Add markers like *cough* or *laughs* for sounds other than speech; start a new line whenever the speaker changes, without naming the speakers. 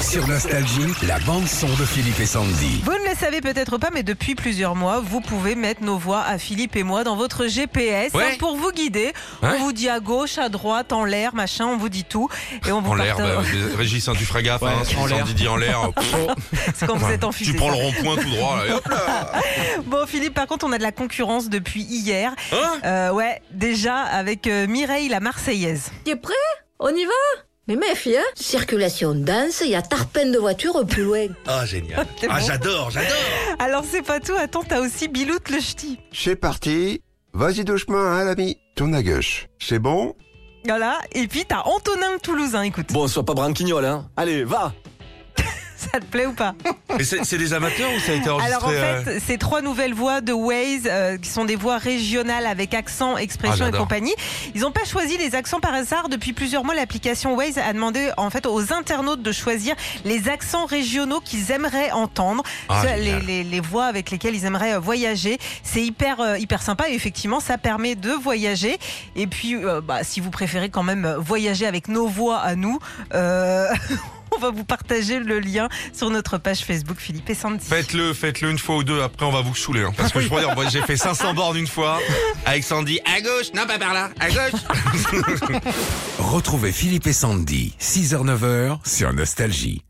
Sur Nostalgie, la bande-son de Philippe et Sandy.
Vous ne le savez peut-être pas, mais depuis plusieurs mois, vous pouvez mettre nos voix à Philippe et moi dans votre GPS
Ouais.
hein, pour vous guider.
Ouais.
On vous dit à gauche, à droite, en l'air, machin, on vous dit tout. Et on vous
En l'air,
partage-
bah, euh, Régis, hein, tu feras gaffe,
Ouais,
hein, si
en l'air.
Sandy dit en
*laughs*
l'air, pff,
C'est quand vous êtes en
tu prends le rond-point tout droit, là, et hop là.
Bon, Philippe, par contre, on a de la concurrence depuis hier.
Hein
Euh, ouais, déjà avec euh, Mireille, la Marseillaise.
T'es prêt On y va Mais méfie, hein Circulation dense, il y a tarpin de voiture plus loin.
Ah, génial.
C'est
Ah,
bon.
j'adore, j'adore.
Alors, c'est pas tout. Attends, t'as aussi Biloute le ch'ti.
C'est parti. Vas-y de chemin, hein, l'ami. Tourne à gauche. C'est bon
Voilà. Et puis, t'as Antonin le Toulousain. Écoute,
Bon, sois pas branquignol, hein. Allez, va
*laughs* ça te plaît ou pas
Et c'est c'est des amateurs ou ça a été enregistré
Alors en
euh,
fait, ces trois nouvelles voix de Waze, euh, qui sont des voix régionales avec accent,
Ah,
expression et
j'adore.
compagnie, ils n'ont pas choisi les accents par hasard. Depuis plusieurs mois, l'application Waze a demandé en fait aux internautes de choisir les accents régionaux qu'ils aimeraient entendre,
Ah,
ceux- les,
génial.
les- les voix avec lesquelles ils aimeraient euh, voyager. C'est hyper euh, hyper sympa et effectivement, ça permet de voyager. Et puis, euh, bah, si vous préférez quand même euh, voyager avec nos voix à nous. euh, *laughs* On va vous partager le lien sur notre page Facebook Philippe et Sandy.
Faites-le, faites-le une fois ou deux, après on va vous saouler. hein,
Ah
parce que je peux dire, moi, j'ai fait 500 bornes une fois, avec Sandy, à gauche, non pas par là, à *laughs* gauche.
Retrouvez Philippe et Sandy, 6h-9h, sur Nostalgie.